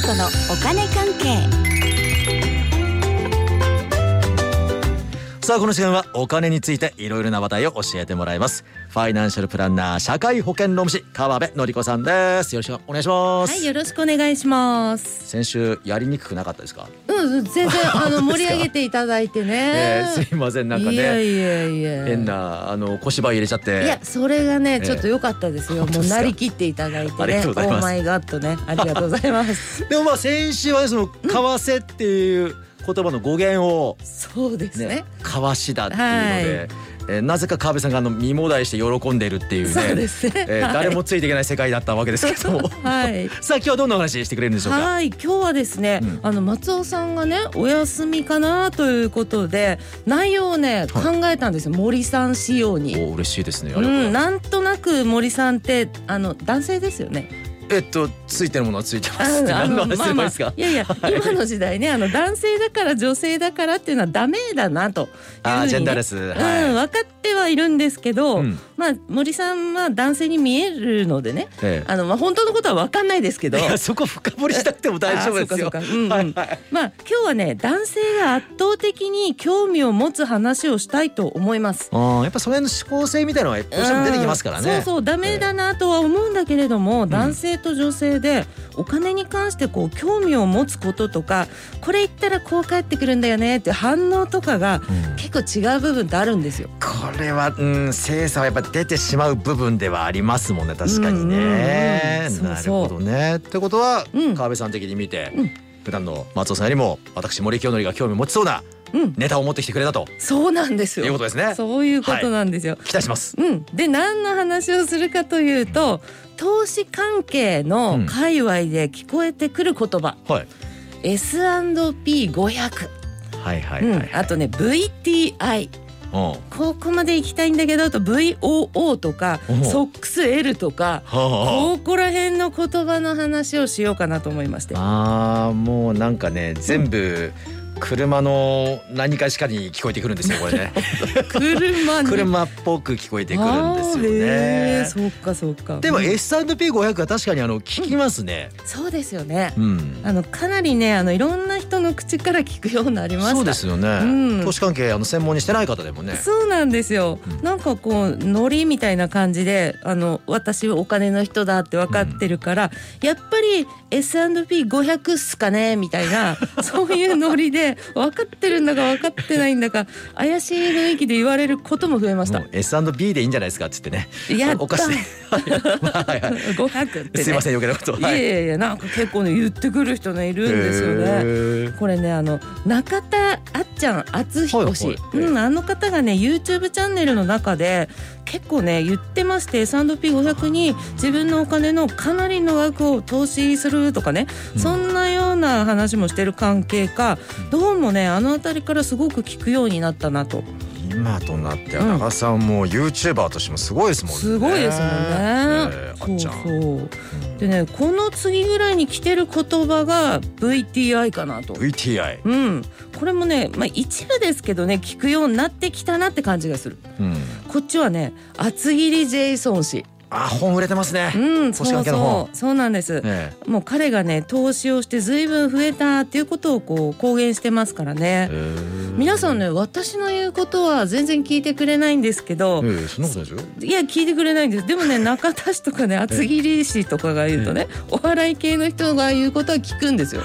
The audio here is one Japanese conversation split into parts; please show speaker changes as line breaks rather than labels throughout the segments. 子のお金関係
さあこの時間はお金についていろいろな話題を教えてもらいますファイナンシャルプランナー社会保険労務士川辺典子さんですよろしくお願いします、
はい、よろしくお願いします。
先週やりにくくなかったですか、
うん、全然、あ
本当です
の、盛
か
り上げていただいて
え
ね。
ーすいませんなんかね
いやいやいや。
変なあの小芝居入れちゃっ
い
て
や、それがね、
え
ちょっと良かったですよ。
本当
も
で
う
すか
なりきっていただいて
ありが
ね。
と
オ
うございます
ーマイガッドね、ありがとうご ざいます。
でもまあ先週はねその為替っていう言葉の語源を
そうです
ね
ね。
かわしだっていうので、えーなぜか川辺さんがあの身もだえして喜んでいるっていうね
そうですね。
えー
はい
誰もついていけない世界だったわけですけども
はい。
さあ今日はどんなお話してくれるんでしょうか
はい今日はですね、
うん
あの松尾さんがねお休みかなということで内容をね考
は
えたんですよ、森さん仕様に。
お嬉しいですねあ
う
りがとうござい
ん、
ます
なんとなく森さんってあの男性ですよね。
えっとついてるものはついてま
あ
すって
のあ
何の話
の
す
まあ
れば
ま
いい
あ
ですか
いやいや、今の時代ねあの男性だから女性だからっていうのはダメだなというふうに
あ
ね
ージェンダーレス
うん、
は
分かってはいるんですけ
い
ど、
うん
まあ森さんは男性に見えるのでね
え
あの、まあ、本当のことは分かんないですけ
え
ど
いやそこ深掘りしたくても大丈夫ですよ
あそうかそうかうんうん
はいはい
まあ今日はね男性が圧倒的に興味を持つ話をしたいと思います。
あーやっぱその辺の思考性みたいなのはどうしても出てきますからね
うんそうそうダメだなとは思うんだけれども、男性と女性でお金に関してこう興味を持つこととかこれ言ったらこう返ってくるんだよねって反応とかが
うん
結構違う部分ってあるんですよ。
これはうん精査はやっぱ出てしまう部分ではありますもんね確かにね、
うんうんうん
な
そう
る
そ
ほ
う
どねってことは、
うん
川辺さん的に見て、
うん
普段の松尾さんよりも私森清則が興味持ちそうな
うん、
ネタを持ってきてくれたと
そうなんです
いうこ
よ。
とですね
そういうことなんですよ。
期待します
うん、で何の話をするかというと投資関係の界隈で聞こえてくる言葉、
はい
S&P500、
はいはいうは
ん
い、はい
あとね VTI
うんは
ここまで行きたいんだけどあと VOO とか
おう
SOXL とか
あはあ
ここら辺の言葉の話をしようかなと思いまして。
あーもうなんかね全部車の何かしかに聞こえてくるんですよこれ ね
車に
車っぽく聞こえてくるんですよ
あーへー
ね
そっかそっか。
でも
うん
S&P500 は確かにあの聞きますね
そうですよね。
うん
あのかなりねあのいろんな人の口から聞くようになりました。
そうですよね、
うん
投資関係あの専門にしてない方でもね
そうなんですよ、
うん
なんかこうノリみたいな感じであの私はお金の人だって分かってるから、やっぱり S&P500 っすかねみた いなそういうノリで分かってるんだか分かってないんだか怪しい雰囲気で言われることも増えまし
も
た
う。S&B でいいんじゃないですかって言ってね
やった
おかしいはい はい
500って、ね、
すいま
ん
せん余計なこと
いやいやいやなんか結構ね言ってくる人ねいるんですよね。
ね
これねあの中田あっちゃん敦彦氏、
はいはい
うん、あの方がね YouTube チャンネルの中で結構ね言ってまして S&P500 に自分のお金のかなりの額を投資するとかね、
うん
そんなような話もしてる関係かどうもねあの辺りからすごく聞くようになったなと
今となっては
うん
長さんも YouTuber としてもすごいですもんね
すごいですもんね。
え
そ
あっ
う
ち
そ
ゃん
うでねこの次ぐらいに来てる言葉が VTI かなと。
VTI、
うん、これもね、まあ、一部ですけどね聞くようになってきたなって感じがする
うん、
こっちはね厚切りジェイソン氏
あ本売れてますね
う、ん
投
そ
資関
う
係の本
そうそうなんです
え
もう彼がね投資をして随分増えたっていうことをこう公言してますから
え
ね皆さんね私の言うことは全然聞いてくれないんですけど、
ええそんなことないですよ
いや聞いてくれないんですで もね中田氏とかね厚切り氏とかが言うとねお笑い系の人が言うことは聞くんですよ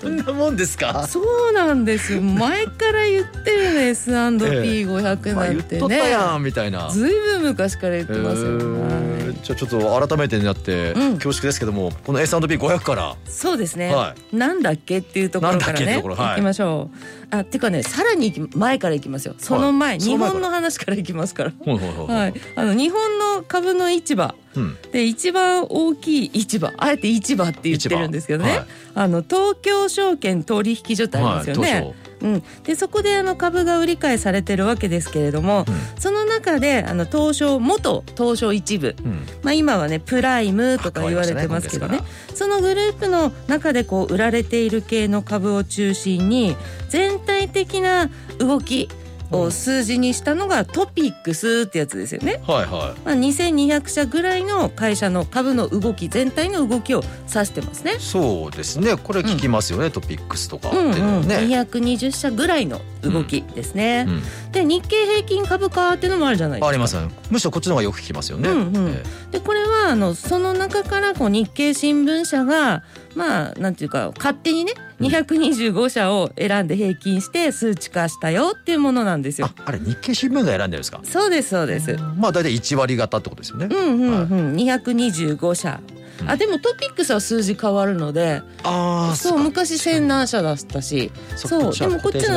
そんなもんで す か
そうなんですよ前から言ってるね S&P500
まあ
な
言
ん
ってとったや
ね
んみたいな
ずいぶん昔から言ってますよ、
えー
はい
じゃあちょっと改めてになって
うん
恐縮ですけども、この S&P500 から、
そうですね、
は
なんだっけっていうところから
なんだっけって
ね
ところはい
行きましょうあっていうかねさらに行き前から行きますよその前、
はいその
日
前から
本の話から行きますから
い、ほいほいほいほい
はい、あの日本の株の市場
うん、
で一番大きい市場あえて市場って言ってるんですけどね、
一番
あの東京証券取引所ってありますよね、
はいどうぞ
うん、でそこであの株が売り買いされてるわけですけれども、
う
その中であの東証元東証一部、
うん
まあ、今はねプライムとか言われてますけどねそのグループの中でこう売られている系の株を中心に全体的な動きを数字にしたのがトピックスってやつですよね。
はいは
まあ、2200社ぐらいの会社の株の動き全体の動きを指してますね
い。。そうですねこれ聞きますよね、トピックスとかって
うんう
いうのは
ん、
ね、
220社ぐらいの動きですね。
うん
で日経平均株価っていうのもあるじゃないですか。
ありますよねむしろこっちの方がよく聞きますよね、
うんうん
え
でこれはあのその中からこう日経新聞社がまあなんていうか勝手にね
うん
225社を選んで平均して数値化したよっていうものなんです
え
よ
あ。あれ日経新聞が選んでるんですか
そうですそうです。
まあ大体1割方ってことですよね、
うんうんうん、225社。
うん
あでもトピックスは数字変わるので、
ああ
そう昔千何社だったし、そうでもこっちの、う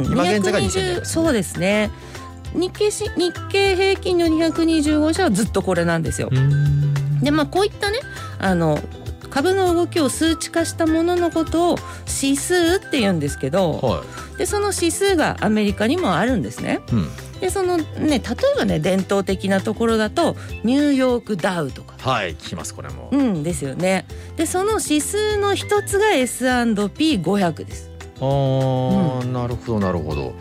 ん、
今現在が
220
2000ですね
そうですね。日経し日経平均の225社はずっとこれなんですよ。でまあこういったねあの株の動きを数値化したもののことを指数って言うんですけど
は
でその指数がアメリカにもあるんですね。
い、うん、
でそのね例えばね伝統的なところだとニューヨークダウとか。
はい聞きますこれも、
うんですよね。でその指数の一つが S&P500 です。
ああ、なるほどなるほど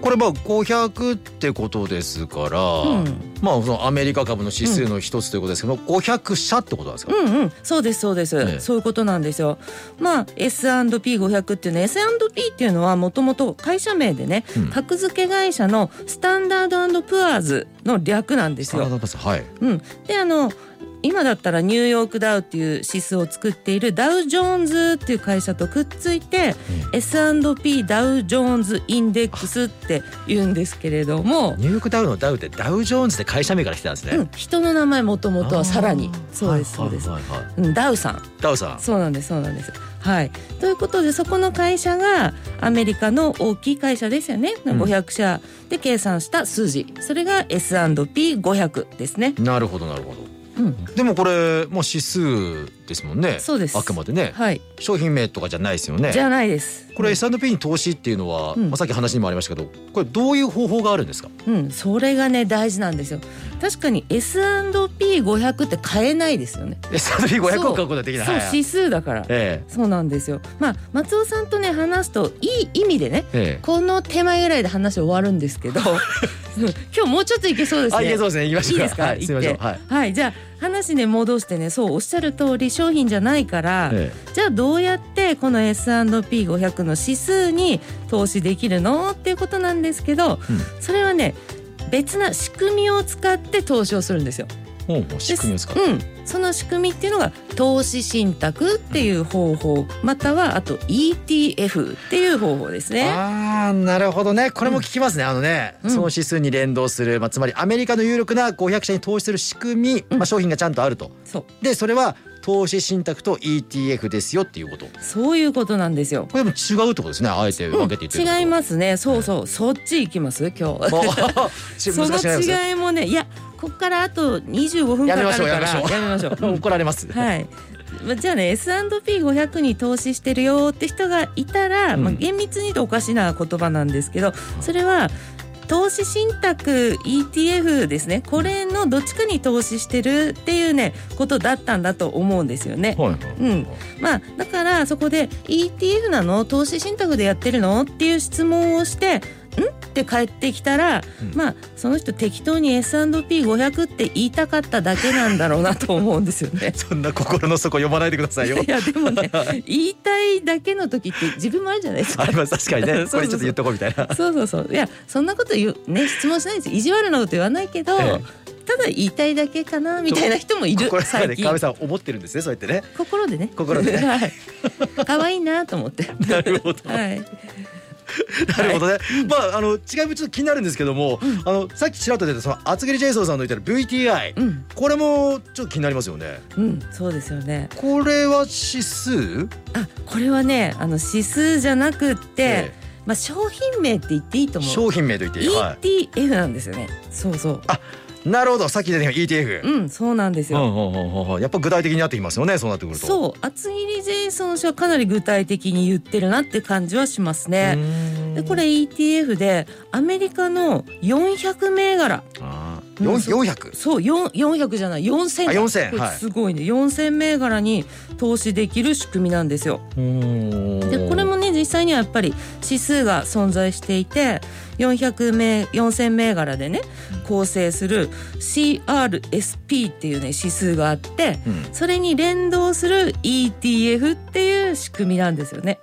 これまあ500ってことですから、
うん、
まあそのアメリカ株の指数の一つということですけど、500社ってことなんですか、
うんうんそうですそうです、
ええ
そういうことなんですよ。まあ S&P500 っていうのは S&P っていうのはもともと会社名でね
うん
格付け会社のスタンダードプアーズの略なんですよ。
はい
うん、であの今だったらニューヨークダウっていう指数を作っているダウジョーンズっていう会社とくっついて、S&P ダウジョーンズインデックスって言うんですけれども、
ニューヨークダウのダウってダウジョーンズって会社名から来てたんですね、
うん、人の名前もともとはさらに
あー
そうです
は
そ
いう
です、
はいはいはい
うん、ダウさん
ダウさん
そうなんですそうなんです。はい、ということでそこの会社がアメリカの大きい会社ですよね
うん
500社で計算した数字それが S&P500 ですね。
なるほどなるほど
うん、
でもこれもう指数ですもんね
そうです
あくまでね
はい、
商品名とかじゃないですよね
じゃないです。
これ S&P に投資っていうのは、
うん
まあ、さっき話にもありましたけどこれどういう方法があるん ですか
うん、それがね大事なんですよ。確かに S&P500 って買えないですよね。
S&P500
そう
を買うことはできない
そう
はい
指数だから。
え
そうなんですよ。まあ松尾さんとね話すといい意味でね。
えええ
この手前ぐらいで話終わるんです けど、うん今日もうちょっといけそうですね。
あいけそうですね行きましょう
いいですか
はい、すみませ
行
ん
って
はい、
はいじゃあ話ね戻してねそうおっしゃる通り商品じゃないから、
え
じゃあどうやってこの S&P500 の指数に投資できるのっていうことなんですけど、それはね別な仕組みを使って投資をするんですよ。
えほうほう仕組みを使う
うん、その仕組みっていうのが投資信託っていう方法、またはあと ETF っていう方法ですね。
ああなるほどねこれも聞きますね、あのね、
うん
その指数に連動する、まあ、つまりアメリカの有力な500社に投資する仕組み、
うん
まあ、商品がちゃんとあると
そう
でそれは投資信託と ETF ですよっていうことこ
そういうことなんですよ。
これでも違うってことですねあえて分けて言ってる
違いますすね。そうそう、そっち行きます今日。
そね
その違いもね、いや、こっからあと25分かかるから
やめましょう
やめましょう。
怒られます、。
はい。まあじゃあね S&P500 に投資してるよって人がいたら、
うん
まあ、厳密に言うとおかしな言葉なんですけどそれは投資信託 ETF ですねこれのどっちかに投資してるっていうねことだったんだと思うんですよね。
はいはい、
うんまあ、だからそこで ETF なの投資信託でやってるのっていう質問をしてんって帰ってきたら、
うん
まあその人適当に S&P500 って言いたかっただけなんだろうなと思うんですよね
そんな心の底読まないでくださ いよ
いやでもね言いたいだけの時って自分もあるじゃないで すか
あ。ります確かにね
そうそうそ
こ
う
れちょっと言っとこうみたいな
そうそうそういやそんなこと言うね質問しないです意地悪なこと言わないけど、
ええ
ただ言いたいだけかなみたいな人もいる
心の中
最
で
近
川辺さん思ってるんですねそうやってね
心でね
心でね
はい可愛いなと思って
なるほど
はい
なるほどね、まああの違いもちょっと気になるんですけども、あのさっきちらっと出たその厚切りジェイソンさんの言ってる VTI、
うん
これもちょっと気になりますよね
うん、そうですよね。
これは指数
あ、これはね、あの指数じゃなくって、
え
まあ商品名って言っていいと思う。
商品名と言っていい、は
ETF なんですよね。そうそう。
い、なるほどさっき出てきた ETF、
うん、そうなんです
うんう
よ。
んうんうんうんやっぱ具体的になってきますよねそうなってくると
そう、厚切りジェイソン氏はかなり具体的に言ってるなって感じはします
う
ね。
ーん
で、これ ETF でアメリカの400銘柄、
あー
う
よん
んそう
400
そう、4 400じゃない、4000だ。
あ4000
これ
はい
すごいね、4000銘柄に投資できる仕組みなんですよ。
うーん
でこれもねに実際にはやっぱり指数が存在していて400名4,000銘柄でね構成する CRSP っていうね指数があって
うん
それに連動する ETF っていう仕組みなんですよね。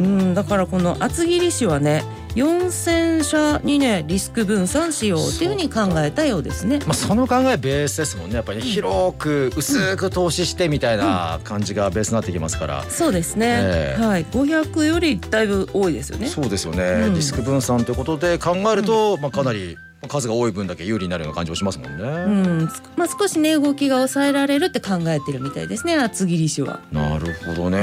うん、だからこの厚切り種はね4,000社にねリスク分散しようっていうふうに考えたようですね。
まあ、その考えベースですもんねやっぱり、ね広く薄く投資してみたいな感じがベースになってきますから、
そうですね、
ええ
はい、500よりだいぶ多いですよね。
そうですよ
う
ね
ん
リスク分散ということで考えると、まあ、かなり数が多い分だけ有利になるような感じもしますもんね。
うん、つまあ、少し値動きが抑えられるって考えてるみたいですね厚切り種は。
なるほどね、
う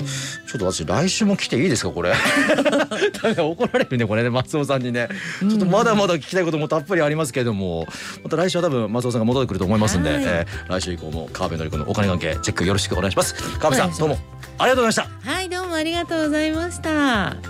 ん
ちょっと私来週も来ていいですか これダメだ怒られるねこれね松尾さんにねちょっとまだまだ聞きたいこともたっぷりありますけれどもまた来週は多分松尾さんが戻ってくると思いますんで、
はい
えー来週以降も川辺紀子のお金関係チェックよろしくお願いします川辺さ
お願い
ん
し
どうもありがとうございました
はいどうもありがとうございました。